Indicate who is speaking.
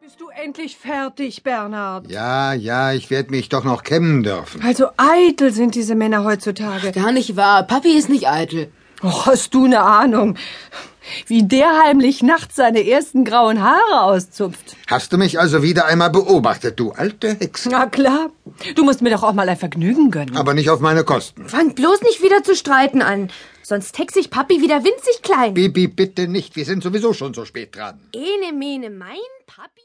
Speaker 1: Bist du endlich fertig, Bernhard?
Speaker 2: Ja, ja, ich werde mich doch noch kämmen dürfen.
Speaker 1: Also eitel sind diese Männer heutzutage.
Speaker 3: Gar nicht wahr. Papi ist nicht eitel.
Speaker 1: Och, hast du eine Ahnung, wie der heimlich nachts seine ersten grauen Haare auszupft?
Speaker 2: Hast du mich also wieder einmal beobachtet, du alte Hexe?
Speaker 1: Na klar, du musst mir doch auch mal ein Vergnügen gönnen.
Speaker 2: Aber nicht auf meine Kosten.
Speaker 4: Fang bloß nicht wieder zu streiten an. Sonst hex ich Papi wieder winzig klein.
Speaker 2: Bibi, bitte nicht. Wir sind sowieso schon so spät dran.
Speaker 4: Ene, mene, mein Papi.